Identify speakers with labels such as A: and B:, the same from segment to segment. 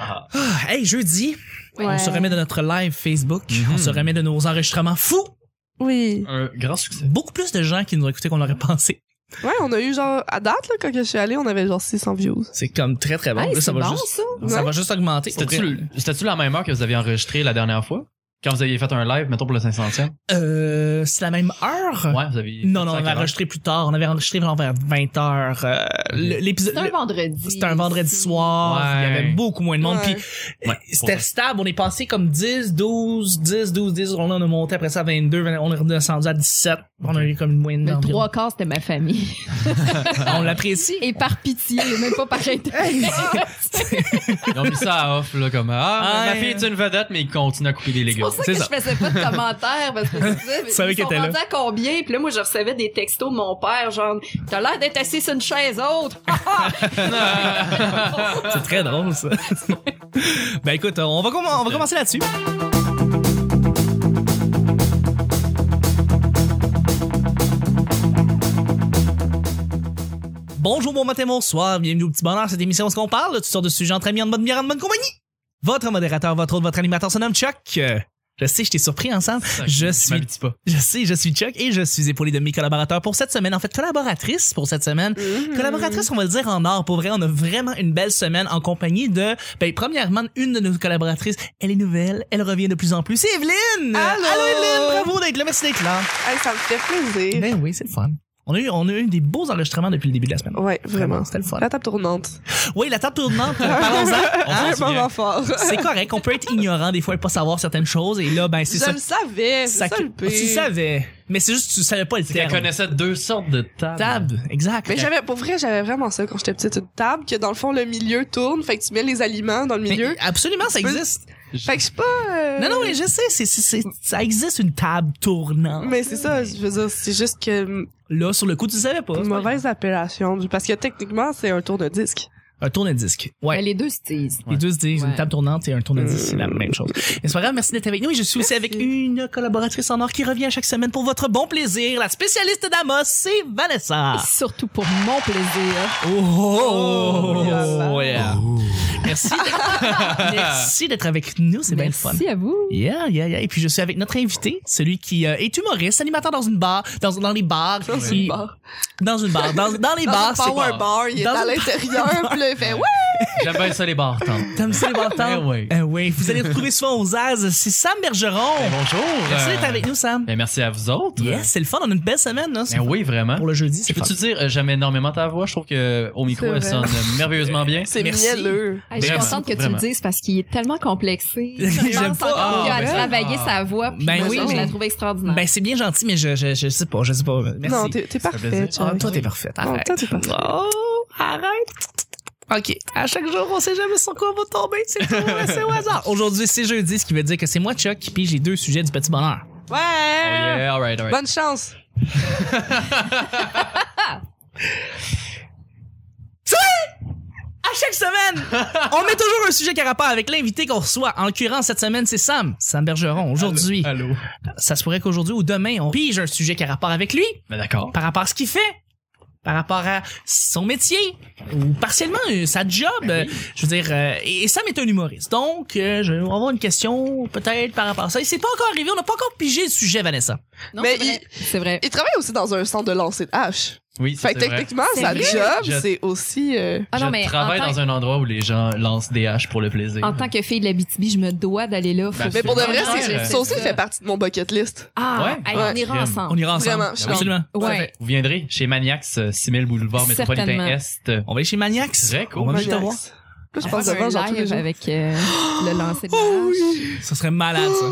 A: Ah, hey, jeudi, on
B: Ouais.
A: se remet de notre live Facebook.
C: Mhm.
A: On se remet de nos enregistrements fous.
B: Oui.
C: Un grand succès.
A: Beaucoup plus de gens qui nous ont écoutés qu'on l'aurait pensé.
B: Ouais, on a eu genre, à date, là, quand je suis allée, on avait genre 600 views.
A: C'est comme très, très bon.
D: Hey,
A: Là, ça,
D: c'est
A: va
D: bon,
A: juste,
D: ça.
A: ça
B: Ouais.
A: va juste augmenter.
C: C'était-tu
A: Pour
C: le- c'était-tu la même heure que vous aviez enregistré la dernière fois? Quand vous aviez fait un live, mettons, pour le 500e?
A: vrai. Euh, c'est la même heure?
C: Ouais, vous aviez...
A: Non,
C: fait
A: non, on
C: ça à quelle
A: avait
C: heure?
A: enregistré plus tard. On avait enregistré genre vers 20 h L'épisode.
D: C'est un
A: le-
D: vendredi.
A: C'était un vendredi soir. Il
C: Ouais.
A: y avait beaucoup moins de monde.
B: Ouais.
A: Puis euh,
C: Ouais,
A: c'était
C: pour-
A: stable. On est passé comme 10, 12, 10, 12, 10. On en a monté après ça à 22. On est redescendu à 17. On a eu comme une moyenne
D: Mais le
A: d'environ.
D: trois quarts, c'était ma famille.
A: On l'apprécie.
D: Et par pitié, même pas par intérêt.
C: Ils ont mis ça à off, là, comme... Ah,
A: Ah,
C: ma fille
A: ouais.
C: est une vedette, mais ils continuent à couper des
D: C'est
C: légumes.
D: pour ça
A: C'est
D: que
A: ça.
D: je faisais pas de commentaires parce que je me disais, mais
A: savais
D: ils
A: qu'elle
D: sont
A: était là.
D: rendus à combien? Puis là, moi, je recevais des textos de mon père, genre, t'as l'air d'être assis sur une chaise autre. Ah,
A: C'est très drôle, ça. ben écoute, on va, comm- on va commencer là-dessus. Bonjour, bon matin, bonsoir. Bienvenue au Petit Bonheur. Cette émission, où est-ce qu'on parle? de Toutes sortes de sujets entre amis, en bonne bière, en bonne compagnie. Votre modérateur, votre autre, votre animateur se nomme Chuck. Euh, Je sais, je t'ai surpris ensemble. Je
C: Je
A: suis,
C: m'habitue pas.
A: je sais, je suis Chuck et je suis épaulé de mes collaborateurs pour cette semaine. En fait, collaboratrice pour cette semaine. Hmm. Collaboratrice, on va le dire en or. Pour vrai, on a vraiment une belle semaine en compagnie de, ben, premièrement, une de nos collaboratrices. Elle est nouvelle, elle revient de plus en plus. C'est Evelyne!
B: Allô!
A: Evelyne! Bravo d'être là, merci d'être là.
B: Hey, ça me fait plaisir.
A: Ben oui, c'est le fun. On a, eu, on a eu des beaux enregistrements depuis le début de la semaine.
B: Ouais, vraiment.
A: C'était le fun.
B: La table tournante.
A: Oui, la table tournante, parlons-en.
C: On s'en
B: Un
C: souvient.
B: moment fort.
A: C'est correct, on peut être ignorant des fois et pas savoir certaines choses. Et là, ben, c'est
B: Je
A: ça.
B: le savais, c'est ça,
A: que-
B: le pire.
A: tu savais. Mais c'est juste que tu savais pas le
C: C'est qu'elle
A: terme.
C: connaissait deux sortes de tables.
A: Table, exact.
B: Mais j'avais, pour vrai, j'avais vraiment ça quand j'étais petite, une table que dans le fond, le milieu tourne, fait que tu mets les aliments dans le
A: Mais
B: milieu.
A: absolument, ça
B: Tu peux-
A: existe.
B: Fait que je suis pas. euh,
A: Non, non, mais je sais, c'est, c'est- c'est- ça existe une table tournante.
B: Mais c'est ça, je veux dire, c'est juste que
A: Là, sur le coup, tu savais pas.
B: une mauvaise appellation, du- parce que techniquement, c'est un tour de disque.
A: Un tourne-disque.
D: Mais
A: Ouais.
D: ben, les deux, c'était.
A: Les deux se disent, une
D: Ouais.
A: table tournante et un tourne-disque, c'est la
B: Euh.
A: même chose. Mais c'est pas grave, merci d'être avec nous. Et je suis aussi avec une collaboratrice en or qui revient chaque semaine pour votre bon plaisir. La spécialiste d'Amos, c'est Vanessa.
D: Surtout pour mon plaisir.
A: Oh, oh,
B: Oh, yeah.
A: yeah. Merci. d'être- merci d'être avec nous, c'est bien le fun.
D: Merci à vous.
A: Yeah, yeah, yeah. Et puis je suis avec notre invité, celui qui euh, est humoriste, animateur dans une bar, dans, dans les bars.
B: Dans
A: Il-
B: une bar.
A: Dans une bar. Dans, dans les
B: Dans
A: bars,
B: un
A: c'est
B: power
C: bar.
B: bar, il est
A: Dans
B: à
A: une-
B: l'intérieur, puis là, il fait ouais!
C: J'aime bien ça, les barres, tante.
A: T'aimes ça les bartends?
C: Eh oui.
A: Eh oui. Vous allez retrouver souvent aux As. C'est Sam Bergeron.
C: Ben, Bonjour.
A: Merci
C: euh,
A: d'être avec nous, Sam.
C: ben, merci à vous autres.
A: Yes, c'est le fun. On a une belle semaine, là.
C: Ben oui, vraiment.
A: Pour le jeudi, c'est
C: Je
A: le fun.
C: peux-tu dire, euh, j'aime énormément ta voix. Je trouve que euh, au micro,
B: C'est
C: elle
B: vrai.
C: sonne merveilleusement bien.
B: C'est
A: Merci.
B: mielleux.
D: Hey, je suis
C: Vraiment,
D: contente que tu
C: vraiment.
D: le dises parce qu'il est tellement complexé.
A: J'aime pas.
D: Il
C: Ah,
D: a
C: ben-
D: travaillé
C: ah.
D: sa voix. puis
A: Ben
D: moi,
A: oui,
D: je
A: mais-
D: la trouve extraordinaire.
A: Ben, c'est bien gentil, mais je, je, je sais pas. Je sais pas. Merci.
B: Non, t'es t'es
C: Ça
B: parfait,
C: fait plaisir.
A: Ah,
B: Chuck.
A: toi, t'es parfaite.
B: Non,
A: Arrête.
B: toi, t'es parfait.
A: Oh, arrête. OK. À chaque jour, on sait jamais sur quoi on va tomber. C'est toujours assez au hasard. Aujourd'hui, c'est jeudi, ce qui veut dire que c'est moi, Chuck, puis j'ai deux sujets du petit bonheur.
C: Oh
B: Ouais!
C: yeah, all right, all right.
B: Bonne chance!
A: À chaque semaine, on met toujours un sujet qui a rapport avec l'invité qu'on reçoit. En l'occurrence, cette semaine, c'est Sam. Sam Bergeron. Aujourd'hui,
C: Allô.
A: ça se pourrait qu'aujourd'hui ou demain, on pige un sujet qui a rapport avec lui,
C: Ben d'accord.
A: par rapport à ce qu'il fait, par rapport à son métier, ou partiellement euh, sa job. euh, Je veux dire, euh, et, et Sam est un humoriste. Donc, euh, je vais avoir une question peut-être par rapport à ça. Et c'est pas encore arrivé, on n'a pas encore pigé le sujet, Vanessa.
D: Non,
B: mais
D: c'est vrai. C'est vrai.
B: Il travaille aussi dans un centre de lancer de hache.
C: Oui, ça,
B: Fait que
C: c'est vrai.
B: techniquement,
D: C'est
B: sa
D: vrai.
B: job,
C: Je-
B: c'est aussi. euh,
D: Ah non,
C: je
D: mais en
C: travaille
D: tant-
C: dans un endroit où les gens lancent des haches pour le plaisir.
D: En tant que fille de la BTB, je me dois d'aller là. Faut-
C: Ben,
B: Mais pour de vrai,
C: Absolument.
B: c'est-
C: Ouais.
B: ça aussi fait partie de mon bucket list.
D: Ah,
C: Ouais.
D: hey,
B: Ouais.
D: on ira
C: Crème.
A: On
D: ensemble.
A: ira ensemble. Ben
B: Vraiment, je suis
A: Absolument.
D: Ouais.
C: Vous viendrez chez Maniax, euh, 6000 boulevard métropolitain
D: Certainement.
C: Est. euh,
A: On va aller chez Maniax.
C: Très cool.
A: On va aller te
B: Relax.
A: voir.
B: Là, je
D: On
B: pense
D: va faire
B: devant, genre
D: un
B: tous les
D: live
B: jours.
D: avec euh, le lancer de
B: Oh
D: l'âge.
B: oui!
A: Ça serait malade, ça.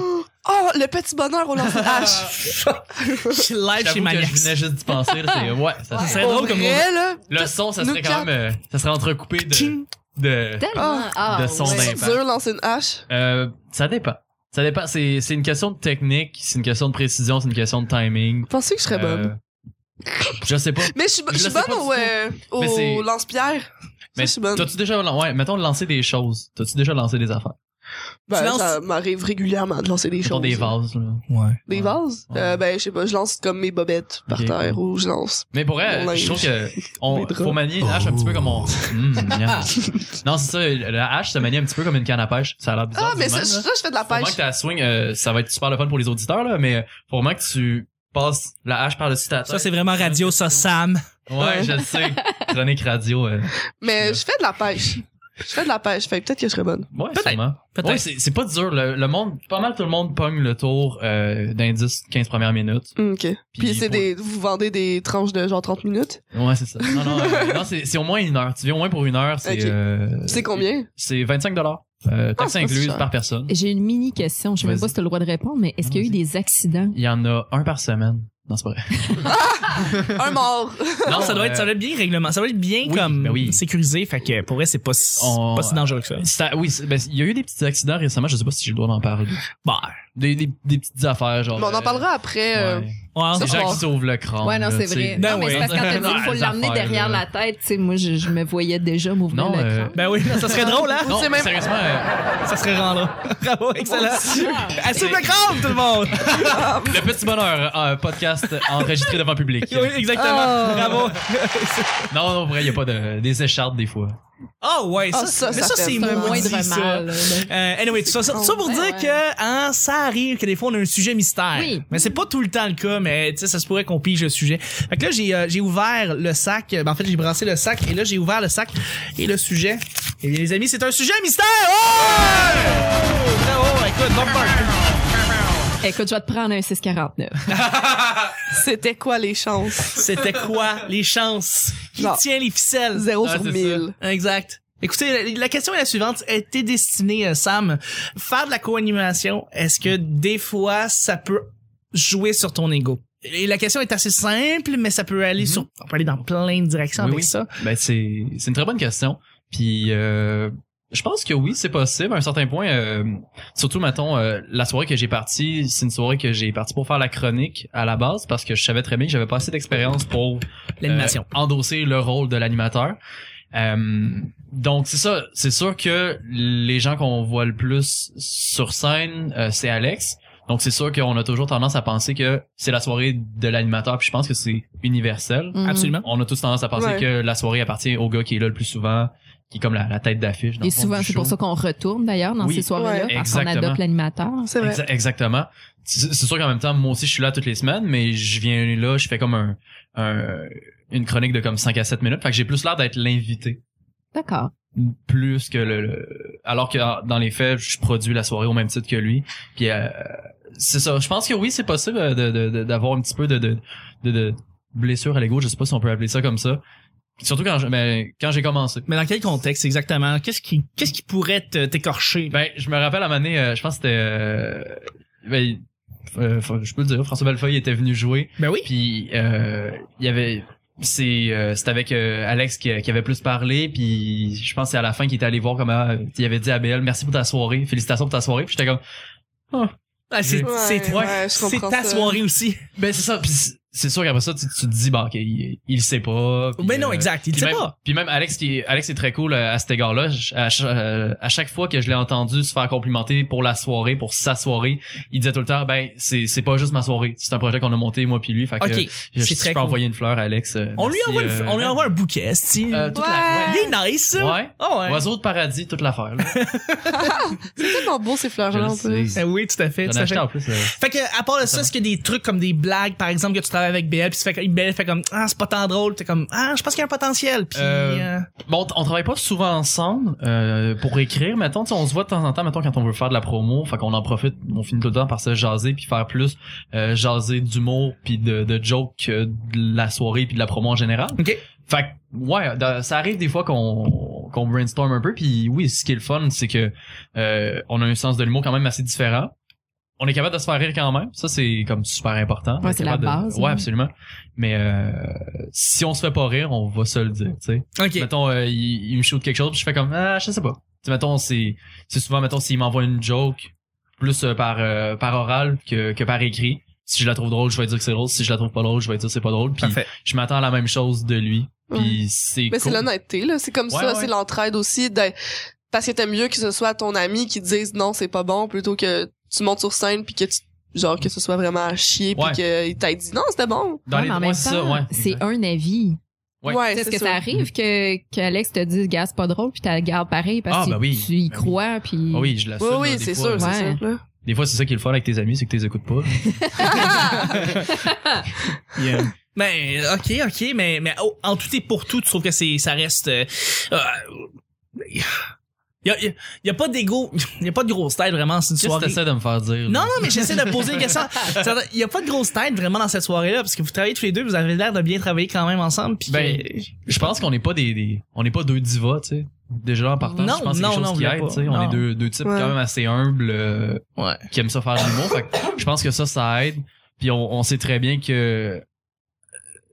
B: Oh, le petit bonheur au lancer de hache!
A: Je live chez
C: J'avoue que je
A: Maniax.
C: venais juste d'y penser. là, c'est- Ouais, ça
A: Ça
C: serait-
A: serait
B: Au
A: drôle comme moment.
B: vrai, là,
C: Le son, ça
B: Nous
C: serait quand même... euh, Ça serait entrecoupé de...
A: Tching.
C: de
D: Tellement.
B: Oh.
D: Ah,
C: De son
D: ouais.
C: d'impact.
B: c'est dur lancer une hache.
C: euh, ça dépend. Ça dépend. C'est c'est une question de technique, c'est une question de précision, c'est une question de timing.
B: Pensez que je serais bonne.
C: Euh, je sais pas.
B: Mais je suis, je
C: je
B: suis
C: le sais
B: bonne
C: pas du
B: au,
C: tout.
B: euh,
C: Mais c'est-
B: au lance-pierre. Ça,
C: Mais
B: je suis bonne.
C: t'as-tu déjà. Ouais, mettons de lancer des choses. T'as-tu déjà lancé des affaires?
B: Ben,
A: Tu lances-
B: ça m'arrive régulièrement de lancer des
C: Mettons
B: choses.
C: des vases, là.
A: Ouais.
B: Des vases?
C: Ouais.
B: Euh, ben, je sais pas, je lance comme mes bobettes par
C: Ok.
B: terre ou je lance.
C: Mais pour vrai,
B: Mon
C: je
B: linge.
C: trouve que on,
B: Mes draps. Oh.
C: faut manier une hache un petit peu comme on. Hmm, miam. non, c'est ça, la hache se manie un petit peu comme une canne à pêche. Ça a l'air bizarre.
B: Ah, mais
C: dit de
B: ça,
C: même, là.
B: ça, je fais de la
C: Faut vraiment que
B: pêche.
C: tu la swing, euh, ça va être super le fun pour les auditeurs, là, mais euh, faut vraiment que tu passes la hache par-dessus ta tête.
A: Ça, c'est vraiment radio, ça, Sam.
C: Ouais, je le sais. Chronique radio. euh,
B: Mais je fais de la pêche. Je fais de la pêche. Fait que peut-être que je serais bonne.
C: Ouais,
A: Peut-être.
C: sûrement.
A: Peut-être.
C: Ouais, c'est c'est pas dur. Le, le monde, pas mal tout le monde pogne le tour euh, dans les 10, 15 premières minutes.
B: Hmm, OK. Puis,
C: Puis
B: c'est
C: pour-
B: des, vous vendez des tranches de genre 30 minutes.
C: Ouais, c'est ça. Non, non, euh, non c'est c'est au moins une heure. Tu viens au moins pour une heure, c'est.
B: Ok.
C: euh,
B: C'est combien? Ah,
C: C'est 25 dollars.
B: c'est
C: Euh, taxes
B: pas si
C: incluses
B: cher.
C: par personne.
D: J'ai une mini question. Je sais même
C: Vas-y.
D: pas si t'as le droit de répondre, mais est-ce qu'il y a eu
C: Vas-y.
D: des accidents?
C: Il y en a un par semaine. Non, c'est pas vrai.
B: Un mort.
A: Non, ça doit être, ça doit être bien réglement. Ça doit être bien
C: Euh, oui,
A: comme
C: ben oui.
A: sécurisé. Fait que pour vrai, c'est pas si,
C: On-
A: pas si dangereux que ça.
C: Ça- oui, c'est- ben, il y a eu des petits accidents récemment. Je sais pas si j'ai le droit d'en parler.
A: Bah,
C: Des, des, des petites affaires, genre.
B: Mais on en
C: euh,
B: parlera après. euh,
C: ouais.
A: ouais.
B: Ça,
C: Des gens
B: bon.
C: qui sauvent le crâne.
D: Ouais, non,
C: là,
D: c'est
C: tu
D: vrai.
C: sais.
A: Ben
D: non, mais
A: oui.
D: c'est parce qu'en t'as dit, il faut
C: Les
D: l'emmener
C: affaires,
D: derrière
C: là.
D: la tête. Tu sais, moi, je, je me voyais déjà m'ouvrir
C: Non,
D: le
C: euh,
D: crâne.
A: Ben oui, non, ça serait drôle, hein?
C: Non,
B: C'est même-
C: sérieusement, euh,
A: Ça serait grand, là.
C: Oh,
A: Bravo, excellent. À suivre le crâne, tout le monde!
C: le petit bonheur, euh, podcast enregistré devant public.
A: Oui, exactement.
B: Ah.
A: Bravo.
C: Non, non, vrai, il y a pas de, des écharpes des fois.
A: Ah ouais, ça,
B: Ah, ça,
A: mais
B: ça
A: ça,
B: fait
A: c'est
D: C'est un
A: maudit,
D: moindre
A: ça.
D: mal. là, ben.
A: Euh, anyway, tout ça, ça, ça pour
D: Ouais,
A: dire
D: ouais.
A: que hein, ça arrive que des fois on a un sujet mystère.
D: Oui.
A: Mais c'est pas tout le temps le cas, mais tu sais, ça se pourrait qu'on pige le sujet. Fait que là, j'ai euh, j'ai ouvert le sac. euh, Ben, en fait, j'ai brassé le sac et là, j'ai ouvert le sac et le sujet. Et bien, les amis, c'est un sujet mystère! Oh! Bravo, écoute, bumper.
D: Écoute, je vais te prendre un 649.
B: C'était quoi les chances?
A: C'était quoi les chances? Qui
B: Non.
A: tient les ficelles?
B: Zéro
C: Ah,
B: sur
C: c'est
B: mille.
A: Exact. Écoutez, la, la question est la suivante. Était destinée, euh, Sam, faire de la co-animation, est-ce que des fois, ça peut jouer sur ton ego? Et la question est assez simple, mais ça peut aller
C: Mhm.
A: sur, on peut aller dans plein de directions
C: Oui,
A: avec
C: oui.
A: ça.
C: Ben, c'est c'est une très bonne question. Puis euh, je pense que oui, c'est possible à un certain point. euh, surtout, mettons, euh, la soirée que j'ai partie, c'est une soirée que j'ai partie pour faire la chronique à la base parce que je savais très bien que j'avais pas assez d'expérience pour euh,
A: L'animation.
C: endosser le rôle de l'animateur. Euh, donc c'est ça, c'est sûr que les gens qu'on voit le plus sur scène, euh, c'est Alex. Donc c'est sûr qu'on a toujours tendance à penser que c'est la soirée de l'animateur, puis je pense que c'est universel
D: Mhm.
A: Absolument.
C: on a tous tendance à penser
B: Ouais.
C: que la soirée appartient au gars qui est là le plus souvent, qui est comme la, la tête d'affiche. dans
D: Et
C: le fond
D: souvent,
C: du
D: c'est
C: show.
D: pour ça qu'on retourne d'ailleurs dans
C: Oui.
D: ces soirées-là,
B: Ouais.
D: parce qu'on
C: Exactement.
D: adopte l'animateur.
B: C'est vrai.
C: Exa- exactement. C'est c'est sûr qu'en même temps, moi aussi, je suis là toutes les semaines, mais je viens là, je fais comme un, un- une chronique de comme 5 à 7 minutes. Fait que j'ai plus l'air d'être l'invité.
D: D'accord.
C: Plus que le, le- Alors que ah, dans les faits, je produis la soirée au même titre que lui. Puis euh, c'est ça. Je pense que oui, c'est possible euh, de- de- de- d'avoir un petit peu de, de, de, de blessure à l'ego. Je sais pas si on peut appeler ça comme ça. Surtout quand je- ben, quand j'ai commencé.
A: Mais dans quel contexte exactement? Qu'est-ce qui, qu'est-ce qui pourrait te- t'écorcher?
C: Ben, je me rappelle à un moment donné, euh, je pense que c'était... euh, ben, euh, faut- je peux le dire, François Bellefeuille était venu jouer,
A: Ben oui.
C: puis euh, il y avait... C'est euh, c'était avec euh, Alex qui, qui avait plus parlé, puis je pense que c'est à la fin qu'il était allé voir comment... euh, Il avait dit à BL, merci pour ta soirée, félicitations pour ta soirée, puis j'étais comme...
A: Ah, c'est,
B: Ouais,
A: c'est toi.
B: ouais, je
A: c'est
B: comprends
A: ta
B: ça.
A: soirée aussi.
C: Ben c'est ça, puis c'est- c'est sûr qu'après ça, tu, tu te dis, bah, ok, il, il sait pas. puis,
A: Ben non,
C: euh,
A: exact. Il
C: puis
A: sait
C: même-
A: pas.
C: Puis même Alex, qui, Alex est très cool euh, à cet égard-là. Je- À, ch- euh, à chaque fois que je l'ai entendu se faire complimenter pour la soirée, pour sa soirée, il disait tout le temps, ben c'est c'est pas juste ma soirée, c'est un projet qu'on a monté moi puis lui. Fait que
A: OK.
C: je,
A: c'est
C: si
A: très
C: je peux
A: cool.
C: envoyer une fleur à Alex. euh,
A: On lui
C: merci,
A: envoie, une-
C: euh,
A: on lui envoie un bouquet, style.
C: euh, toute la-
A: Il est nice.
C: ouais.
A: ça.
C: Ouais.
A: Ah ouais.
C: Oiseau de paradis, toute l'affaire. là.
B: C'est tellement beau ces
C: Je
B: fleurs-là
C: le
B: en plus.
C: sais.
A: Ben oui, tout à fait.
C: J'en ai
A: tout à fait.
C: acheté en plus. euh,
A: Fait que, à part de ça,
C: va.
A: est-ce qu'il y a des trucs comme des blagues, par exemple, que tu travailles avec BL, puis tu fais que BL fait comme, ah, c'est pas tant drôle, t'es comme, ah, je pense qu'il y a un potentiel, puis
C: Euh,
A: euh,
C: Bon, on travaille pas souvent ensemble euh, pour écrire. Mettons, tu sais, on se voit de temps en temps, mettons, quand on veut faire de la promo. Fait qu'on en profite, on finit tout le temps par se jaser, puis faire plus euh, jaser d'humour, puis de, de jokes euh, de la soirée, puis de la promo en général.
A: Ok.
C: Fait que, ouais, da- ça arrive des fois qu'on qu'on brainstorm un peu. Puis oui, ce qui est le fun, c'est que euh, on a un sens de l'humour quand même assez différent. On est capable de se faire rire quand même. Ça, c'est comme super important.
D: Ouais,
C: On est
D: c'est la
C: capable de-
D: base,
C: Ouais,
D: hein.
C: absolument. Mais euh, si on se fait pas rire, on va se le dire, tu sais.
A: ok.
C: Mettons, euh, il, il me shoot quelque chose, puis je fais comme, ah, je sais pas. Tu sais, mettons, c'est, c'est souvent, mettons, s'il m'envoie une joke, plus euh, par, euh, par oral que, que par écrit. Si je la trouve drôle, je vais dire que c'est drôle. Si je la trouve pas drôle, je vais dire que c'est pas drôle. Puis
A: Parfait.
C: je m'attends à la même chose de lui. Puis c'est
B: Mais c'est
C: cool.
B: l'honnêteté, là. C'est comme
C: Ouais,
B: ça,
C: ouais.
B: c'est l'entraide aussi. d'être- parce que t'aimes mieux que ce soit ton ami qui te dise non, c'est pas bon, plutôt que tu montes sur scène puis que tu, genre, que ce soit vraiment à chier puis
C: Ouais.
B: qu'il t'ait dit non, c'était bon.
C: Dans
E: Ouais,
C: les
E: mais en
C: ouais,
E: même
C: c'est
E: temps,
C: ça, ouais.
E: c'est
C: Exact.
E: un avis.
C: Ouais.
B: ouais
E: Est-ce que
B: c'est
E: ça
B: ça.
E: arrive que qu'Alex te dise gars c'est pas drôle puis tu la gardes pareil parce
C: Ah,
E: que
C: ben oui.
E: tu y
C: Ben oui.
E: crois puis
C: Ah oui, je l'assume.
B: Oui,
C: là,
B: oui,
C: des
B: c'est
C: fois,
B: sûr,
C: là.
B: c'est
E: Ouais.
B: sûr, là.
C: Des fois, c'est ça qui est le fun avec tes amis, c'est que tu les écoutes pas. Yeah.
A: Mais ben, ok, ok, mais mais oh, en tout et pour tout, tu trouves que c'est ça reste. euh, euh, y, a, y a- y a pas d'ego, y a pas de grosse tête vraiment c'est une
C: Qu'est-ce que
A: soirée.
C: t'essaies de me faire dire?
A: Non,
C: là?
A: non, mais j'essaie de poser une question. Il y a pas de grosse tête vraiment dans cette soirée-là, parce que vous travaillez tous les deux, vous avez l'air de bien travailler quand même ensemble. Puis
C: Ben,
A: que-
C: Je pense qu'on n'est pas des, des- on n'est pas deux divas, tu sais. Déjà en partant,
A: Non,
C: je pense que c'est
A: non,
C: quelque chose
A: non,
C: qui
A: vous l'êtes
C: aide,
A: pas.
C: tu sais. On
A: Non.
C: est deux, deux types
B: Ouais.
C: quand même assez humbles euh,
A: Ouais.
C: qui aiment ça faire du bon. Fait que je pense que ça, ça aide. Puis on, on sait très bien que euh,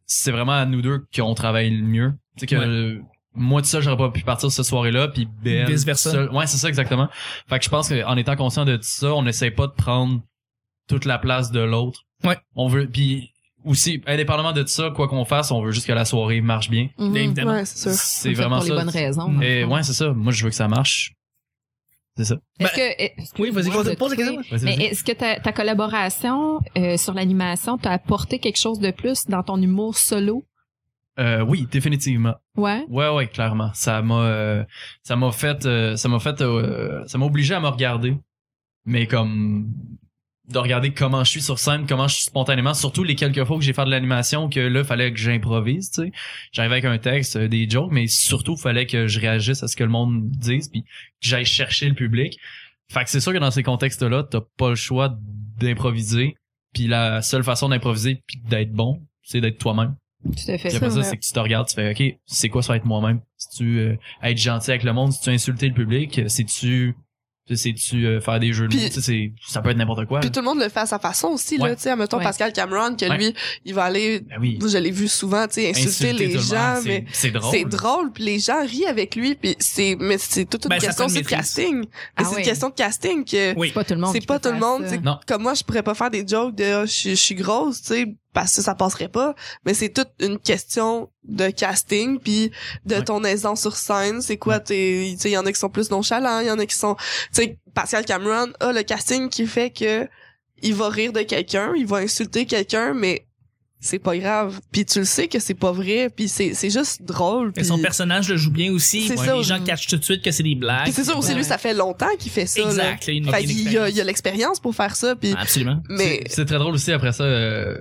C: c'est vraiment à nous deux qu'on travaille le mieux. Tu sais que
A: Ouais.
C: euh, moi tout ça, j'aurais pas pu partir cette soirée-là, puis Ben.
A: Vice versa.
C: tout seul- Ouais, c'est ça exactement. Fait que je pense qu'en étant conscient de tout ça, on n'essaie pas de prendre toute la place de l'autre.
A: Ouais.
C: On veut. Puis aussi, indépendamment de ça, quoi qu'on fasse, on veut juste que la soirée marche bien.
E: Mhm.
A: Ben, évidemment.
B: Ouais, c'est sûr.
C: C'est
E: Vous le faites
C: vraiment
E: pour
C: ça.
E: les bonnes raisons. dans le
C: Et
E: fond.
C: ouais, c'est ça. Moi, je veux que ça marche. C'est ça.
E: Est-ce que est-ce que-
A: oui, vas-y,
E: moi,
A: pose,
E: de
A: pose la
E: trouver-
A: question.
C: Vas-y,
E: Mais
C: vas-y.
E: est-ce que ta, ta collaboration euh, sur l'animation t'a apporté quelque chose de plus dans ton humour solo?
C: Euh, oui, définitivement.
E: Ouais.
C: Ouais, ouais, clairement. Ça m'a, euh, ça m'a fait, euh, ça m'a fait, euh, ça m'a obligé à me regarder. Mais comme de regarder comment je suis sur scène, comment je suis spontanément, surtout les quelques fois que j'ai fait de l'animation, que là, fallait que j'improvise, tu sais. J'arrivais avec un texte, euh, des jokes, mais surtout, fallait que je réagisse à ce que le monde dise, puis que j'aille chercher le public. Fait que c'est sûr que dans ces contextes-là, t'as pas le choix d'improviser, puis la seule façon d'improviser, puis d'être bon, c'est d'être toi-même.
E: Tout à fait.
C: Puis après ça,
B: ouais.
C: c'est que tu te regardes, tu fais OK, c'est quoi ça va être moi-même? Si tu euh, être gentil avec le monde, si tu insulter le public, si tu si tu faire des jeux de
B: Puis-
C: mots, tu sais, c'est- ça peut être n'importe quoi.
B: Puis tout le monde le fait à sa façon aussi,
C: Ouais.
B: là, tu sais, mettons
E: Ouais.
B: Pascal Cameron, que
C: Ouais.
B: lui, il va aller,
C: Ben oui.
B: je l'ai vu souvent, tu sais, insulter,
C: tout le
B: les
C: monde,
B: gens,
C: c'est-
B: mais
C: c'est drôle.
B: c'est drôle, puis les gens rient avec lui, puis c'est, mais c'est toute une
A: Ben, ça
B: question
A: prend une
B: aussi de
A: maîtrise.
B: casting. Mais
E: Ah
B: c'est
E: ouais.
B: une question de casting que,
A: Oui.
E: C'est pas tout le monde.
B: c'est
E: qui
B: pas
E: peut
B: tout le
E: faire
B: monde,
E: ça.
B: tu sais,
C: Non.
B: comme moi, je pourrais pas faire des jokes de Ah, je, suis- je suis grosse, tu sais, parce que ça passerait pas. Mais c'est toute une question de casting, puis de
C: Ouais.
B: ton aisance sur scène. C'est quoi,
C: Ouais.
B: t'es, tu sais, il y en a qui sont plus nonchalants, il y en a qui sont, tu sais, Pascal Cameron a le casting qui fait que il va rire de quelqu'un, il va insulter quelqu'un, mais c'est pas grave. Puis tu le sais que c'est pas vrai, puis c'est, c'est juste drôle.
A: Et
B: Puis,
A: son personnage le joue bien aussi.
B: C'est
A: Puis
B: ça.
A: les gens catchent tout de suite que c'est des blagues.
B: puis c'est ça aussi,
E: Ouais.
B: lui, ça fait longtemps qu'il fait ça. là.
A: Exact. là, il y a une-
B: Fait
A: une
B: qu'il y a,
A: expérience.
B: il y a l'expérience pour faire ça, puis
A: Absolument.
B: mais
C: C'est- C'est très drôle aussi après ça. euh,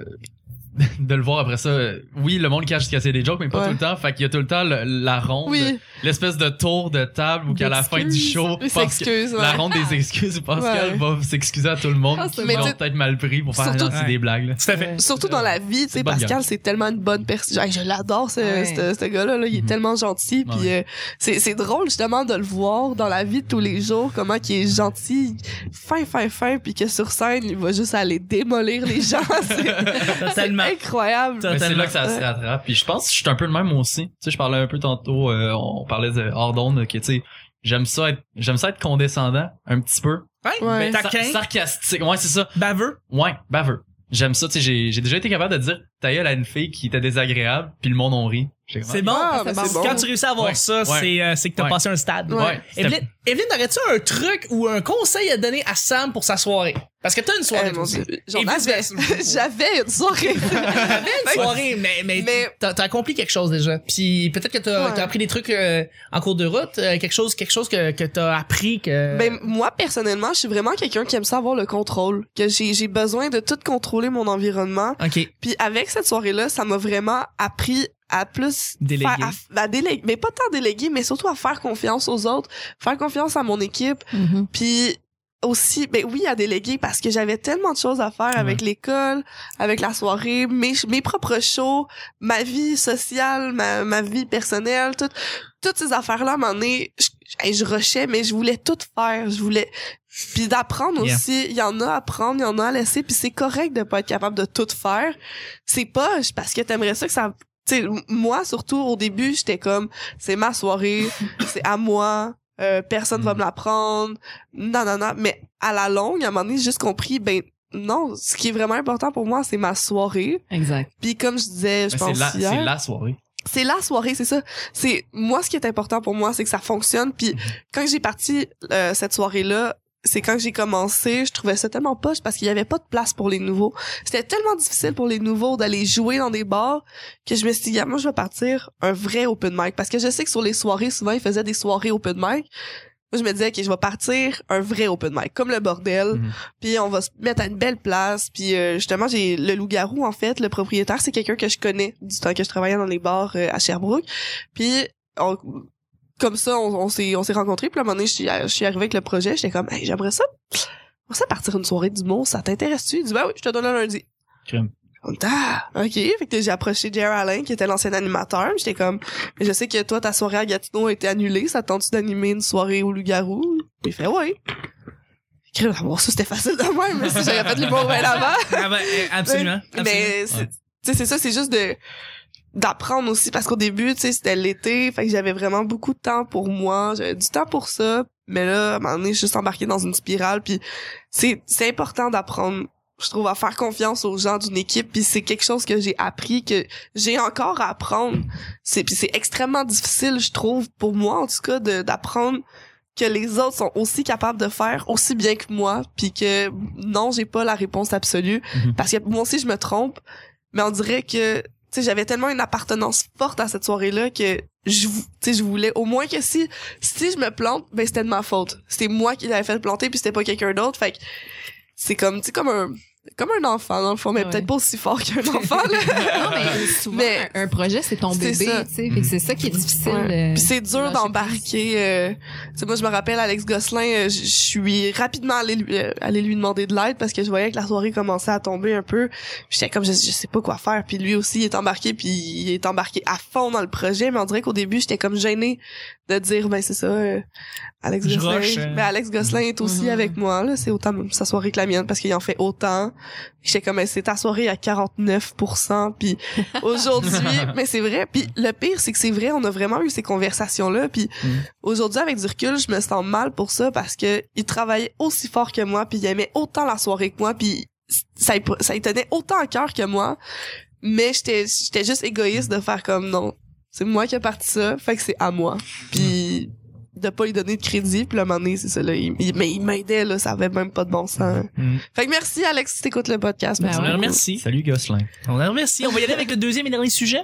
C: de le voir après ça euh, oui le monde cache que c'est des jokes mais pas
B: Ouais.
C: tout le temps fait qu'il y a tout le temps le- la ronde
B: oui.
C: l'espèce de tour de table où qu'à la fin du
B: D'excuses.
C: show
B: Il
C: Pascal-
B: s'excuse, ouais.
C: la ronde des excuses Pascal
B: Ouais.
C: va s'excuser à tout le monde
E: Ah,
C: qui
E: c'est
B: bon.
C: l'ont peut-être mal pris pour faire
B: Surtout-
C: lancer des blagues là.
A: Tout à fait.
B: Surtout dans la vie, tu
C: C'est
B: sais,
C: une bonne
B: Pascal, c'est tellement une bonne personne. Hey, Je l'adore, ce,
E: Ouais.
B: ce, ce gars-là, là. il est
C: Mhm.
B: tellement gentil. Puis
C: Ouais.
B: euh, c'est, c'est drôle, justement, de le voir dans la vie de tous les jours, comment il est gentil, fin, fin, fin, puis que sur scène, il va juste aller démolir les gens. c'est,
A: Totalement.
B: incroyable.
A: Totalement.
C: Mais c'est là que ça se rattrape. Puis je pense que je suis un peu le même aussi. Tu sais, je parlais un peu tantôt, euh, on parlait de hors d'onde, que tu sais, j'aime ça être, j'aime ça être condescendant, un petit peu.
A: Ouais.
B: Ouais.
A: Ben, Taquin,
C: Sar- sarcastique. Ouais, c'est ça.
A: baveux.
C: Ouais, baveux. J'aime ça, tu sais, j'ai, j'ai déjà été capable de dire ta gueule à une fille qui était désagréable, puis le monde on rit. J'ai comme,
A: C'est bon.
B: Ah,
E: c'est
B: mais
E: bon.
B: c'est bon.
A: Quand tu réussis à avoir
C: Ouais.
A: ça,
C: Ouais.
A: c'est euh, c'est que t'as
C: Ouais.
A: passé un stade.
C: Ouais.
B: Ouais.
C: c'était-
A: Evelyne, Evelyne, aurais-tu un truc ou un conseil à donner à Sam pour sa soirée? Parce que t'as une soirée.
B: Eh, mon
A: aussi.
B: Dieu, j'en
A: Et
B: avais.
A: vice-versa.
B: J'avais une soirée.
A: T'avais une soirée, mais, mais,
B: Mais-
A: t'as t'as accompli quelque chose déjà. Puis peut-être que t'as
B: Ouais.
A: t'as appris des trucs euh, en cours de route, euh, quelque chose, quelque chose que, que t'as appris que.
B: Ben moi personnellement, je suis vraiment quelqu'un qui aime ça avoir le contrôle, que j'ai j'ai besoin de tout contrôler mon environnement,
A: ok.
B: Puis avec cette soirée-là, ça m'a vraiment appris à plus
A: Déléguer.
B: faire- à, à déléguer, mais pas tant déléguer, mais surtout à faire confiance aux autres, faire confiance à mon équipe,
E: Mhm.
B: puis aussi, ben oui, à déléguer parce que j'avais tellement de choses à faire avec l'école, avec la soirée, mes, mes propres shows, ma vie sociale, ma, ma vie personnelle, tout- toutes ces affaires-là, à un moment donné, je, je, hey, je rushais, mais je voulais tout faire, je voulais... Puis d'apprendre
A: Yeah.
B: aussi, il y en a à prendre, il y en a à laisser, puis c'est correct de pas être capable de tout faire. C'est poche parce que t'aimerais ça que ça... tu sais, m- moi, surtout, au début, j'étais comme, c'est ma soirée, c'est à moi, euh, personne va
C: Mm.
B: me la prendre, non, non, non. Mais à la longue, à un moment donné, j'ai juste compris, ben non, ce qui est vraiment important pour moi, c'est ma soirée.
E: Exact.
B: Puis comme je disais, je
C: Mais Ben, c'est
B: pense
C: la,
B: hier,
C: c'est la soirée.
B: c'est la soirée, c'est ça. C'est moi ce qui est important pour moi, c'est que ça fonctionne.
C: Mhm.
B: Puis quand j'ai parti euh, cette soirée-là, c'est quand j'ai commencé, je trouvais ça tellement poche parce qu'il y avait pas de place pour les nouveaux. C'était tellement difficile pour les nouveaux d'aller jouer dans des bars que je me suis dit, Ah, moi je vais partir un vrai open mic parce que je sais que sur les soirées souvent ils faisaient des soirées open mic. Moi, je me disais, OK, je vais partir un vrai open mic, comme le bordel.
C: Mhm.
B: Puis on va se mettre à une belle place. Puis euh, justement, j'ai le loup-garou, en fait, le propriétaire, c'est quelqu'un que je connais du temps que je travaillais dans les bars euh, à Sherbrooke. Puis on- comme ça, on, on s'est on s'est rencontrés. Puis à un moment donné, je suis, je suis arrivée avec le projet. J'étais comme, hey, j'aimerais ça. J'aimerais ça partir une soirée d'humour. Ça t'intéresse-tu? Il dit, ben oui, je te donne un lundi. Comme,
C: Crime.
B: Ah, ok. Fait que j'ai approché Jerry Allen, qui était l'ancien animateur. J'étais comme, je sais que toi, ta soirée à Gatineau a été annulée. Ça te tente-tu d'animer une soirée au Loup-Garou? Il fait, ouais. Crime, Ah bon, ça, c'était facile de même, mais si j'avais fait l'humour bien avant.
A: Ah ben, euh, absolument. absolument.
B: Mais, c'est- tu sais, c'est ça, c'est juste de, d'apprendre aussi, parce qu'au début, tu sais, c'était l'été. Fait que j'avais vraiment beaucoup de temps pour moi. J'avais du temps pour ça. Mais là, à un moment donné, je suis juste embarquée dans une spirale. Puis c'est c'est important d'apprendre je trouve à faire confiance aux gens d'une équipe puis c'est quelque chose que j'ai appris que j'ai encore à apprendre c'est puis c'est extrêmement difficile je trouve pour moi en tout cas de- d'apprendre que les autres sont aussi capables de faire aussi bien que moi puis que non j'ai pas la réponse absolue
C: Mhm.
B: parce que moi aussi je me trompe mais on dirait que tu sais j'avais tellement une appartenance forte à cette soirée là que je vou- tu sais je voulais au moins que si si je me plante ben c'était de ma faute c'était moi qui l'avais fait planter puis c'était pas quelqu'un d'autre fait que c'est comme tu sais comme un comme un enfant dans le fond mais
E: Ouais.
B: peut-être pas aussi fort qu'un enfant là.
E: Non, mais souvent,
B: Mais-
E: un, un projet, c'est ton
B: C'est
E: bébé,
B: ça.
E: tu sais. Fait que c'est ça qui est difficile.
B: Ouais.
E: euh,
B: Puis c'est dur
E: lâcher
B: d'embarquer. euh, tu sais, moi, je me rappelle, Alex Gosselin, euh, je je suis rapidement allée lui, euh, allée lui demander de l'aide parce que je voyais que la soirée commençait à tomber un peu. Puis J'étais comme, je, je sais pas quoi faire. Puis lui aussi, il est embarqué, puis il est embarqué à fond dans le projet. Mais on dirait qu'au début, j'étais comme gênée de dire, ben c'est ça, euh, Alex
A: Je
B: Gosselin. Ben,
A: rush, hein.
B: Mais Alex Gosselin est aussi
E: Mhm.
B: avec moi. là C'est autant sa soirée que la mienne parce qu'il en fait autant. J'étais comme, Ben, c'est ta soirée à 49%. Puis aujourd'hui, mais c'est vrai. Puis le pire, c'est que c'est vrai, on a vraiment eu ces conversations-là. Puis
C: Mm.
B: aujourd'hui, avec du recul, je me sens mal pour ça parce que il travaillait aussi fort que moi, puis il aimait autant la soirée que moi, puis ça, y- ça y tenait autant à cœur que moi. Mais j'étais, j'étais juste égoïste de faire comme non. C'est moi qui ai parti ça, fait que c'est à moi. Puis de pas lui donner de crédit, puis le moment donné, c'est ça, là. il- il- mais il m'aidait, là, ça avait même pas de bon sens.
C: Mm.
B: Fait que merci, Alex, si t'écoutes le podcast.
E: Ben
B: merci
A: On
E: ouais.
A: les
B: beaucoup.
A: remercie.
C: Salut Gosselin.
A: On les remercie. On va y aller avec le deuxième et dernier sujet.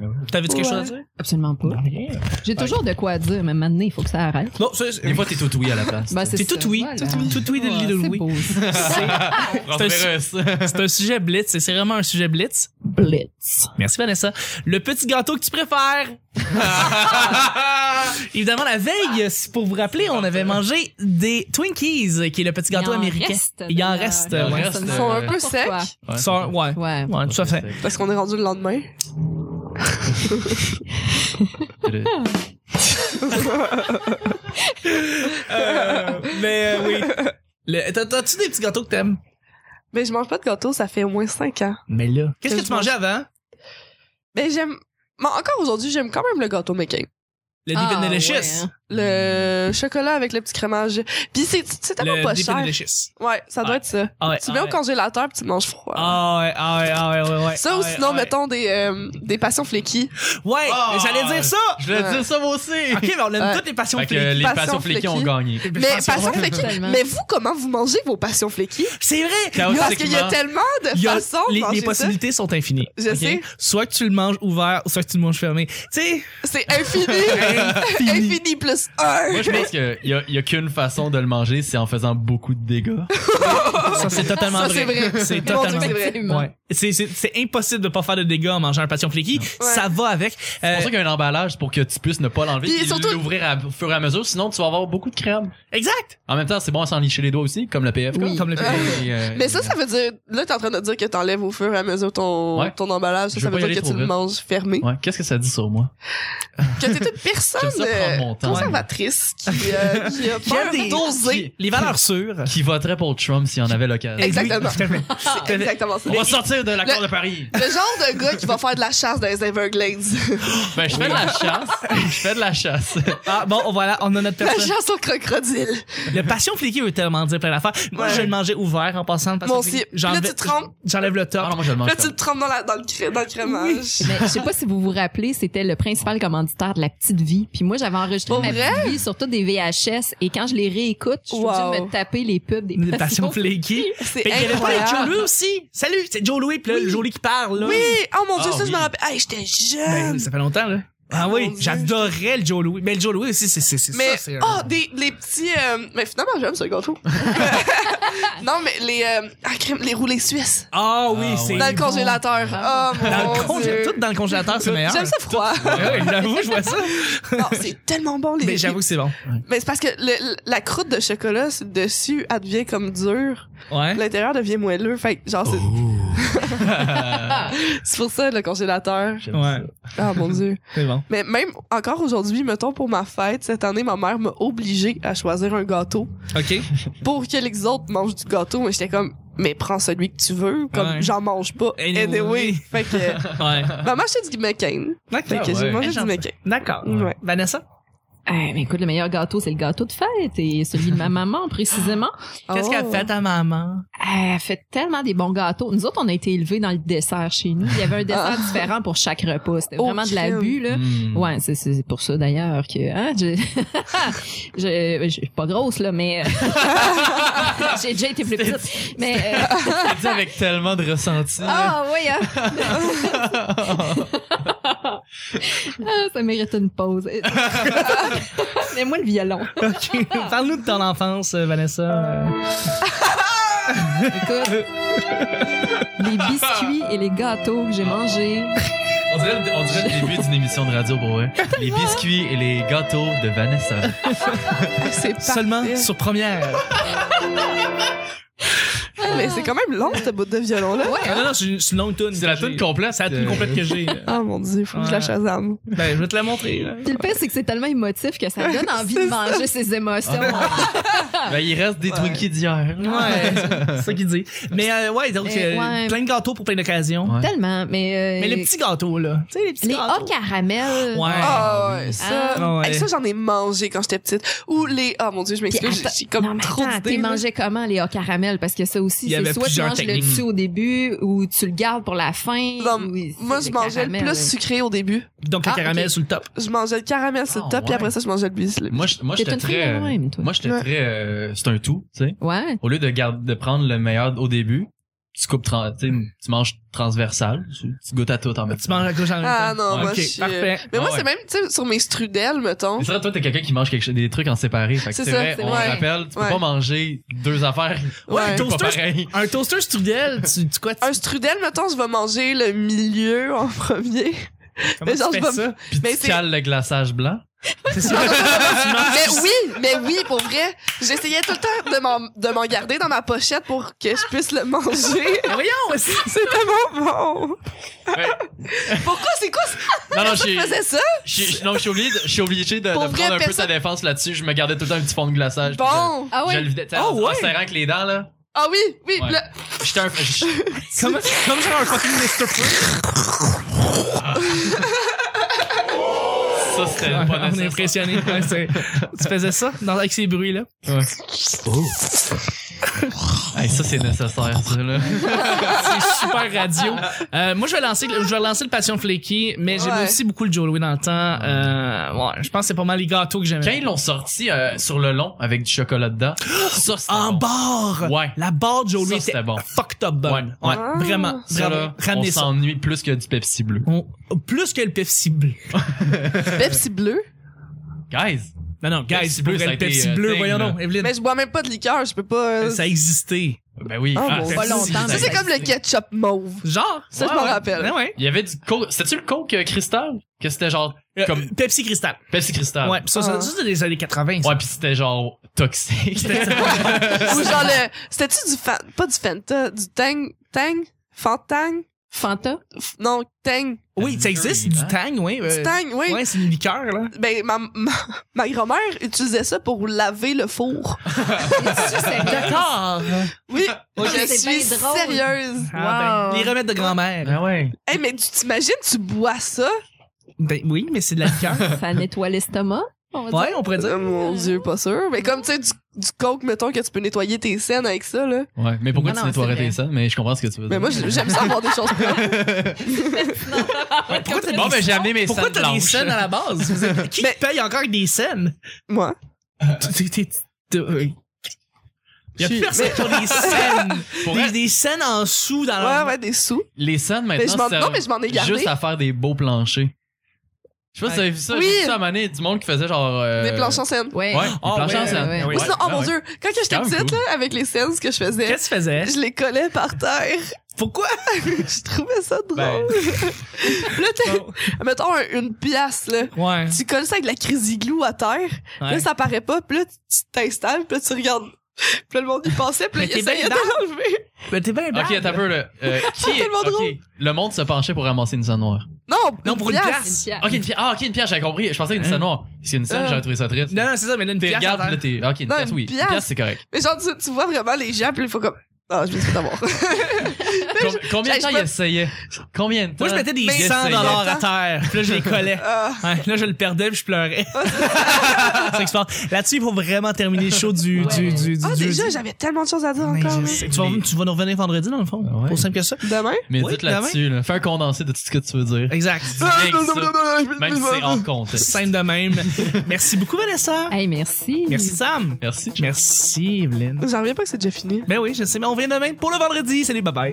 C: Ouais.
A: T'avais-tu quelque
B: Ouais.
A: chose à dire?
E: Absolument pas.
A: Rien.
E: J'ai toujours de quoi dire, mais maintenant, il faut que ça arrête.
A: Non, c'est
C: Des fois, t'es tout oui à la place.
E: Ben,
A: c'est
E: ça,
A: tout oui.
E: voilà.
A: Tout oui. Tout oui de
E: Ah,
A: Little
E: c'est
A: oui.
E: beau, ça.
A: Renverrai C'est un sujet blitz et c'est vraiment un sujet blitz.
E: Blitz.
A: Merci Vanessa. Le petit gâteau que tu préfères. Évidemment, la veille, si pour vous rappeler, on avait mangé des Twinkies, qui est le petit gâteau
E: Il en
A: américain.
E: reste,
A: Il en
E: d'ailleurs.
A: reste,
E: Il en
A: ouais.
E: reste.
B: Ils sont un peu
E: Euh, Pourquoi?
B: secs,
A: Ça, ouais.
E: Ouais.
A: Ouais, tout à fait.
B: parce qu'on est rendu le lendemain.
A: Euh, mais euh, oui. Le- t'as- T'as-tu des petits gâteaux que t'aimes?
B: Mais je mange pas de gâteau, ça fait au moins cinq ans.
A: Mais là. Qu'est-ce que
B: Je
A: tu mangeais avant?
B: Mais j'aime. Bon, encore aujourd'hui, j'aime quand même le gâteau making.
A: Le
E: Ah,
A: Divine Delicious.
E: ouais, hein.
B: Le chocolat avec le petit crémage. Puis c'est c'est tellement
A: Mm. Le
B: pas
A: Divine
B: cher.
A: Delicious.
B: Ouais, ça doit
A: Ouais.
B: être ça.
A: Ah ouais,
B: tu
A: ah
B: mets au
A: ouais.
B: congélateur puis tu le manges froid.
A: Ah ouais, ah ouais, ah ouais, ouais, ouais.
B: ça ou
A: Ah ouais,
B: sinon,
A: ah ouais.
B: mettons des, euh, des passions fléquis.
A: Ouais,
C: Ah!
A: j'allais dire ça!
C: Je voulais dire ça moi aussi.
A: Ok, mais on aime
B: Ouais.
A: toutes les passions
C: Fait que
A: fléquies.
C: les
B: Passion
C: passions fléquées ont
B: fléquée.
C: gagné.
B: Mais passions
A: ouais.
B: fléquis.
E: Tellement.
B: Mais vous, comment vous mangez vos passions fléquis?
A: C'est vrai!
C: Chaotiquement.
B: Parce qu'il y a tellement de
A: Il y a-
B: façons de
A: les,
B: manger
A: les possibilités sont infinies.
B: Je
A: ok?
B: sais.
A: Soit que tu le manges ouvert, ou soit que tu le manges fermé. Tu sais,
B: ça. C'est infini. infini plus un.
C: Moi, je pense qu'il y a, il y a qu'une façon de le manger, c'est en faisant beaucoup de dégâts.
B: Euh,
A: ça c'est totalement
B: Oh, Ça, c'est
A: vrai.
B: vrai.
A: C'est
B: Mon Dieu,
A: totalement
B: c'est
A: vrai.
B: vrai.
E: Absolument.
A: Ouais. C'est, c'est, c'est impossible de pas faire de dégâts en mangeant un passion fléqui. Ça va avec.
C: C'est
A: Euh,
C: pour ça qu'il y a un emballage pour que tu puisses ne pas l'enlever
B: Puis
C: et
B: surtout-
C: l'ouvrir à- au fur et à mesure, sinon tu vas avoir beaucoup de crème.
A: exact!
C: En même temps, c'est bon à s'en licher les doigts aussi, comme le PFK.
A: Comme le
B: Ah
C: Et, euh,
B: Mais ça, ça veut dire. Là, t'es en train de dire que t'enlèves au fur et à mesure ton,
C: Ouais.
B: ton emballage. Ça,
C: Je
B: ça
C: veux
B: veut
C: pas y
B: dire que
C: aller
B: tu
C: trop
B: le
C: vite.
B: manges fermé.
C: Ouais, qu'est-ce que ça dit sur moi?
B: Que t'es toute personne.
C: J'aime ça prendre mon temps.
B: Pour ça, conservatrice qui, euh, qui a
A: Qui a
B: peur
A: des-
B: d'oser.
A: Les valeurs sûres.
C: Qui voterait pour Trump s'il en avait l'occasion.
B: Exactement.
A: Oui, tout à fait.
B: C'est exactement ça.
C: On va sortir de l'accord
B: Le-
C: de Paris.
B: Le genre de gars qui va faire de la chasse dans les Everglades.
C: Ben, je fais de la chasse. Je fais de la chasse.
A: Ah, bon, voilà, on a notre
B: la
A: personne.
B: chasse au crocodile.
A: Le passion fliqué veut tellement dire plein d'affaires. Moi,
B: Ouais.
A: je le mangeais ouvert en passant. parce
B: Moi
A: que
B: aussi.
A: j'enlevais-
B: Là, tu te trompes.
A: J'enlève le top.
C: Ah non, moi, je le mange
B: Là, tu te trompes dans, la, dans, le, cré- dans le crémage.
E: Ben, je sais pas si vous vous rappelez, c'était le principal commanditaire de la petite vie. Puis moi, j'avais enregistré
B: Pour
E: ma
B: vrai?
E: petite vie sur toutes des VHS. Et quand je les réécoute, je suis
B: Wow.
E: obligée de me taper les pubs des
A: Une
E: passions
A: passion fliquée.
B: C'est
A: Puis il y avait pas les Joe
B: incroyable.
A: Louis aussi. Salut, c'est Joe Louis, puis là, le Joe Louis qui parle, là.
B: Oui, oh mon dieu,
C: Ah
B: ça, je
C: oui.
B: me rappelle. Hey, j'étais
A: Ben,
B: jeune.
A: ça fait longtemps, là. Ah
B: Mon
A: oui,
B: Dieu.
A: j'adorais le Joe Louis. Mais le Joe Louis aussi, c'est c'est c'est
B: mais
A: ça. c'est un-
B: oh des les petits euh, mais finalement j'aime ce gâteau non mais les euh, ah, crème, les roulés suisses
A: Ah oui,
C: Ah,
A: c'est
C: ouais.
B: dans le
A: bon.
B: congélateur oh mon
A: Dans
B: Dieu.
A: le congé- tout dans le congélateur, c'est meilleur.
B: j'aime ça froid
A: Ouais, j'avoue, je vois ça.
B: non c'est tellement bon les
A: Mais j'avoue que c'est bon.
B: mais c'est parce que le- la croûte de chocolat c'est- dessus elle devient comme dure
A: Ouais.
B: l'intérieur devient moelleux fait que genre c'est
A: Oh.
C: Oh,
B: c'est pour ça le congélateur
C: J'aime
A: Ouais,
C: ça.
B: ah mon dieu
A: c'est bon.
B: mais même encore aujourd'hui mettons pour ma fête cette année ma mère m'a obligée à choisir un gâteau
A: OK.
B: pour que les autres mangent du gâteau, mais j'étais comme, mais prends celui que tu veux, comme
A: Ouais.
B: j'en mange pas.
A: Anyway.
B: Anyway. Fait que,
A: Ouais.
B: maman, j'étais du McCain. Fait
A: D'accord.
B: que j'ai
C: ouais.
B: mangé du
A: J'en-
B: McCain.
A: D'accord.
B: Ouais.
A: Vanessa,
E: Eh, ben écoute, le meilleur gâteau, c'est le gâteau de fête et celui de ma maman, précisément.
A: qu'est-ce
B: Oh.
A: qu'elle fait à maman?
E: Elle fait tellement des bons gâteaux. Nous autres, on a été élevés dans le dessert chez nous. Il y avait un dessert différent pour chaque repas. C'était
B: Oh,
E: vraiment de
B: crème.
E: l'abus, là.
C: Hmm.
E: Ouais, c'est- c'est pour ça d'ailleurs que hein, je... je je suis pas grosse là, mais euh, j'ai déjà été plus petite. Mais euh,
C: Tu dis avec tellement de ressenti.
E: ah oui, hein. Ah, ça mérite une pause. mais moi le violon.
A: OK. Parle-nous de ton enfance, euh, Vanessa.
E: Écoute, les biscuits et les gâteaux que j'ai mangés.
C: On dirait, le- on dirait le début d'une émission de radio pour eux. Les biscuits et les gâteaux de Vanessa.
B: Ah, C'est parfait.
A: Seulement sur première.
B: Mais c'est quand même long, cette bout de violon-là.
A: Ah non, non, c'est une- c'est une longue tune.
C: C'est la tune complète.
A: C'est la tune
C: euh,
A: complète que j'ai.
B: Oh mon dieu, faut que je la
A: Ouais.
B: chasame.
A: Ben, je vais te la montrer. là.
E: Puis le pire, c'est que c'est tellement émotif que ça donne envie de manger ses émotions.
C: Ben, il reste des Twinkies d'hier.
A: Ouais, c'est ça qu'il dit. Mais euh, ouais, donc
E: Mais
A: euh,
E: ouais.
A: plein de gâteaux pour plein d'occasions.
C: Ouais.
E: Tellement, mais euh,
A: Mais les petits gâteaux là, tu sais les petits
E: les
A: gâteaux.
E: hauts caramel.
A: Ouais.
B: Ah ouais, ça.
A: Ah ouais.
B: Hey, ça, j'en ai mangé quand j'étais petite. Ou les, oh mon dieu, je m'excuse, j'ai-
E: attends-
B: j'ai
E: non,
B: comme
E: mais
B: trop
E: attends,
B: d'idées.
E: t'es
B: là.
E: mangé comment les hauts caramels parce que ça aussi
A: Il y
E: c'est
A: avait
E: soit tu
A: plusieurs
E: manges le
A: techniques.
E: dessus au début ou tu le gardes pour la fin.
B: Non,
E: ou-
B: Moi,
E: c'est le
B: je mangeais
E: caramel,
B: le plus
E: ouais.
B: sucré au début.
A: Donc le
E: Ah,
A: caramel
E: ok.
A: sur le top.
B: Je mangeais le caramel sur le
C: Ah,
B: top, puis
C: ouais.
B: après ça, je mangeais le bis.
C: Moi, je- moi,
E: T'es
C: j'étais
E: une fille
C: très.
E: de
C: euh,
E: même, toi.
C: Moi, j'étais
B: Ouais.
C: très. euh, c'est un tout, tu sais.
E: Ouais.
C: Au lieu de, garde- de prendre le meilleur au début, tu coupes, tran- tu sais, tu manges transversal, tu, tu goûtes à tout en même
A: Tu manges la gauche en même
B: Ah
A: temps.
B: non, moi,
A: ok,
B: je suis-
A: parfait.
B: Mais moi,
C: Ah ouais.
B: c'est même, tu sais, sur mes strudels, mettons.
C: C'est vrai, toi, t'es quelqu'un qui mange quelque chose, des trucs en séparé. Fait que
B: C'est
C: c'est
B: ça,
C: vrai,
B: c'est
C: on
B: vrai.
C: le rappelle, tu peux
B: Ouais.
C: pas manger deux affaires
A: Ouais,
C: pas
A: Toaster,
C: pareilles.
A: Un toaster strudel, tu, tu quoi tu,
B: un strudel, mettons, je vais manger le milieu en premier.
A: comment
B: mais genre,
A: tu
B: je
A: fais
B: vais-
A: ça
C: Puis
B: Mais
C: tu
B: c'est-
C: cales le glaçage blanc.
A: C'est ça. Tu manges-
B: Mais oui, mais oui, pour vrai. J'essayais tout le temps de m'en, de m'en garder dans ma pochette pour que je puisse le manger.
A: Mais Voyons, c'est-
B: C'est tellement bon.
C: Ouais.
B: Pourquoi? C'est quoi ça?
C: Non, non,
B: Tu
C: j'ai,
B: faisais ça?
C: j'ai- non, je suis obligé de, je suis obligé de, de
B: Pour
C: prendre
B: vrai,
C: un peu
B: personne-
C: sa défense là-dessus. Je me gardais tout le temps un petit fond de glaçage. puis
B: Bon.
E: Ah
C: Je, je le
E: oui.
C: vidais, tu sais,
A: Ah
C: en, en
A: ouais.
C: serrant avec les dents, là.
B: Ah oui, oui.
C: Ouais.
B: là.
C: J'étais un, je-
A: comme comme genre un fucking Mr. Freeze.
C: ça, c'était
A: Ouais,
C: pas
A: On est
C: nécessaire.
A: impressionné. Ouais, c'est- tu faisais ça dans, avec ces bruits là.
C: Hey, ça, c'est nécessaire, ça, là.
A: C'est super radio. Euh, moi, je vais lancer, je vais relancer le Passion Flaky, mais j'aimais
B: Ouais.
A: aussi beaucoup le Joe Louis dans le temps. Euh, ouais, je pense que c'est pas mal les gâteaux que
C: Quand
A: j'aimais.
C: ils l'ont sorti euh, sur le long avec du chocolat dedans, ça, c'était
A: En
C: bon.
A: barre!
C: Ouais.
A: La barre de Joe Louis
C: Ça, c'était
A: était
C: bon.
A: fucked up bonne.
C: Ouais.
A: Ouais,
B: Ah.
A: vraiment.
C: Ça,
A: vraiment.
C: là, on
A: Ramenez ça.
C: s'ennuie plus que du Pepsi bleu.
A: On- plus que le Pepsi bleu.
B: Pepsi bleu.
C: Guys!
A: Non, non, guys,
C: Pepsi
A: c'est pour
C: bleu, ça
A: vrai, le
C: a été,
A: Pepsi
C: euh,
A: bleu,
C: thing,
A: voyons
C: là.
A: donc, Evelyne.
B: Mais je bois même pas de liqueur, je peux pas. euh,
A: Ça existait.
C: Ben oui.
B: Oh,
C: Ah,
B: mon-
C: Pepsi,
E: Pas longtemps,
B: Ça,
E: mais-
B: c'est comme le ketchup mauve.
A: Genre?
B: Ça, je
A: Ouais,
B: m'en
A: ouais.
B: rappelle.
A: Ouais, ouais.
C: Il y avait du coke. C'était-tu le coke euh, cristal? Que c'était genre
A: Euh,
C: comme
A: Pepsi Cristal.
C: Pepsi cristal.
A: Ouais, ça, ça,
B: Ah.
A: ça, c'était des années 80. ça.
C: Ouais, pis c'était genre toxique.
B: Ou genre le. C'était-tu du fan. Pas du Fanta, du Tang. Tang? Fantang?
E: Fanta.
B: F- Non, Tang.
A: Oui, ça existe, du
C: Hein?
A: tang, oui. euh,
B: Du tang, oui.
A: Ouais, c'est une liqueur, là.
B: Ben, ma, ma, ma grand-mère utilisait ça pour laver le four.
A: D'accord!
B: Oui,
E: Ok.
B: je
E: C'est
B: suis
E: bien drôle.
B: sérieuse.
A: Ah, ben,
E: Wow.
A: les remèdes de grand-mère.
C: Ah ouais.
B: Hey, mais tu t'imagines, tu bois ça?
A: Ben oui, mais c'est de la liqueur.
E: Ça nettoie l'estomac. on va
A: ouais,
E: dire.
A: on pourrait dire.
B: Euh, mon dieu, pas sûr. Mais comme, tu sais, du, du coke, mettons, que tu peux nettoyer tes scènes avec ça, là.
C: Ouais. Mais pourquoi
A: Non,
C: tu
A: non,
C: nettoierais
A: c'est vrai.
C: tes ça? Mais je comprends ce que tu veux
B: Mais
C: dire.
B: moi, j- j'aime ça avoir des choses propres.
A: Ouais, pourquoi t'as
C: Bon,
A: des-
C: ben, j'ai amené mes
A: pourquoi
C: scènes
A: t'as des
C: blanches.
A: scènes à la base? Vous êtes- Qui
B: Mais-
A: paye encore des scènes?
B: Moi.
A: T'es- t'es- t'es- euh, Y a
C: Je-
A: personne qui a des scènes.
C: Pour
A: Des,
C: vrai,
A: des scènes en sous dans
B: Ouais,
A: la.
B: ouais, des sous.
C: les scènes
B: Mais je m'en-
C: maintenant,
B: non, mais je m'en ai gardé.
C: juste à faire des beaux planchers. Je sais pas si t'avais vu ça.
B: Oui.
C: J'ai vu ça à Mané, du monde qui faisait genre. euh,
B: Des planches en scène.
E: Ouais.
C: Ouais, des
A: Ah,
C: planches
A: ouais,
C: en scène.
E: ouais,
B: Ou
E: ouais.
C: Ouais,
B: sinon, oh
C: ouais,
B: mon
C: ouais.
B: dieu, quand j'étais
C: quand même
B: petite,
C: cool.
B: là, avec les scènes, ce que je faisais,
A: Qu'est-ce que tu faisais?
B: je les collais par terre.
A: Pourquoi?
B: je trouvais ça drôle.
C: Ben,
B: Là, t'es- mettons un- une pièce, là.
A: Ouais.
B: Tu colles ça avec de la crisiglou à terre. Là,
A: Ouais.
B: ça paraît pas. Puis là, tu t'installes. Puis là, tu regardes. Puis là, le monde y passait. Puis là,
A: Mais
B: il
A: t'es
B: essayait
A: bien
B: de l'enlever.
A: Mais t'es bien
C: Ok,
A: bad.
C: t'as peu là. Euh, qui est...
B: tellement drôle.
C: ok, Le monde se penchait pour ramasser une scène noire.
B: Non,
A: Non, pour une
E: C'est une
A: pièce.
E: pierre.
C: Ok, une pierre. Ah, ok, une pierre, j'avais compris. Je pensais
B: Hein?
C: une scène noire. C'est une scène,
B: Euh.
C: j'aurais trouvé ça triste.
A: Non, non, c'est ça, mais là, une
C: T'es
A: pièce.
C: regarde,
A: en
C: là,
A: terre.
C: t'es. Ok, une
B: Non,
C: pièce,
B: une
C: oui. Une
B: pièce.
C: pièce, c'est correct.
B: Mais genre, tu, tu vois vraiment les gens. Puis là, il faut comme. Ah, je vais tout avoir.
C: Com- combien de
B: je
C: temps il
B: peux-
C: essayait Combien de temps
A: Moi, je mettais des
B: Mais-
A: 100 dollars à
B: Attends.
A: terre. Puis là, je les collais.
B: Ah.
A: Ouais, là, je le perdais puis je pleurais. C'est expert. Là-dessus, il faut vraiment terminer le show du,
E: Ouais.
A: du, du, du
B: Ah,
A: jeudi.
B: déjà, j'avais tellement de choses à dire
A: Mais
B: encore.
A: je
B: hein.
A: sais. tu, vas, tu vas nous revenir vendredi, dans le fond.
C: Ah ouais.
A: Pour simple que ça.
B: Demain?
C: Mais
A: Oui,
C: dites là-dessus, là. Fais un condensé de tout ce que tu veux dire.
A: Exact.
C: Rien que
B: Ah, non, non,
C: ça.
B: non, non, non,
C: Même si c'est hors contexte.
A: Simple de même. Merci beaucoup, Vanessa.
E: Hey, merci.
A: Merci, Sam.
C: Merci.
A: Merci, Evelyne.
B: J'en reviens pas que c'est déjà fini.
A: Ben oui, je sais, mais on vient demain pour le vendredi. Salut, bye bye.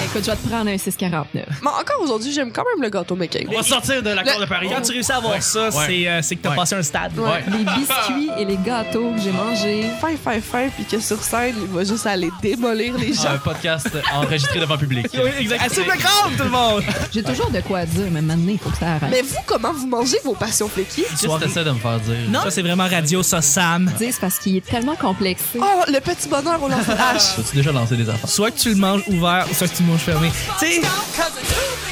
E: Écoute, je vais te prendre un 649.
B: Mais encore aujourd'hui, j'aime quand même le gâteau making.
C: On va sortir de l'accord
B: Le-
C: de Paris.
A: Quand tu réussis à avoir ça, c'est euh, c'est que t'as
C: Ouais.
A: passé un stade.
C: Ouais.
E: Les biscuits et les gâteaux que j'ai mangés.
B: Fin, fin, fin, puis que sur scène, il va juste aller démolir les
A: Ah.
B: gens.
C: Un podcast enregistré devant public.
A: Oui, exact. À Super grande, tout le monde!
E: J'ai toujours de quoi dire, mais maintenant, il faut que ça arrête.
B: Mais vous, comment vous mangez vos passions fléquies?
C: Qu'est-ce que t'essaies de me faire dire?
A: Ça, c'est vraiment radio, ça, Sam.
E: Dire, c'est parce qu'il est tellement complexé.
B: Oh, le petit bonheur au lance hache.
C: As-tu déjà lancé des affaires?
A: Soit que tu le manges ouvert, ou soit que tu le manges fermé. Tu sais,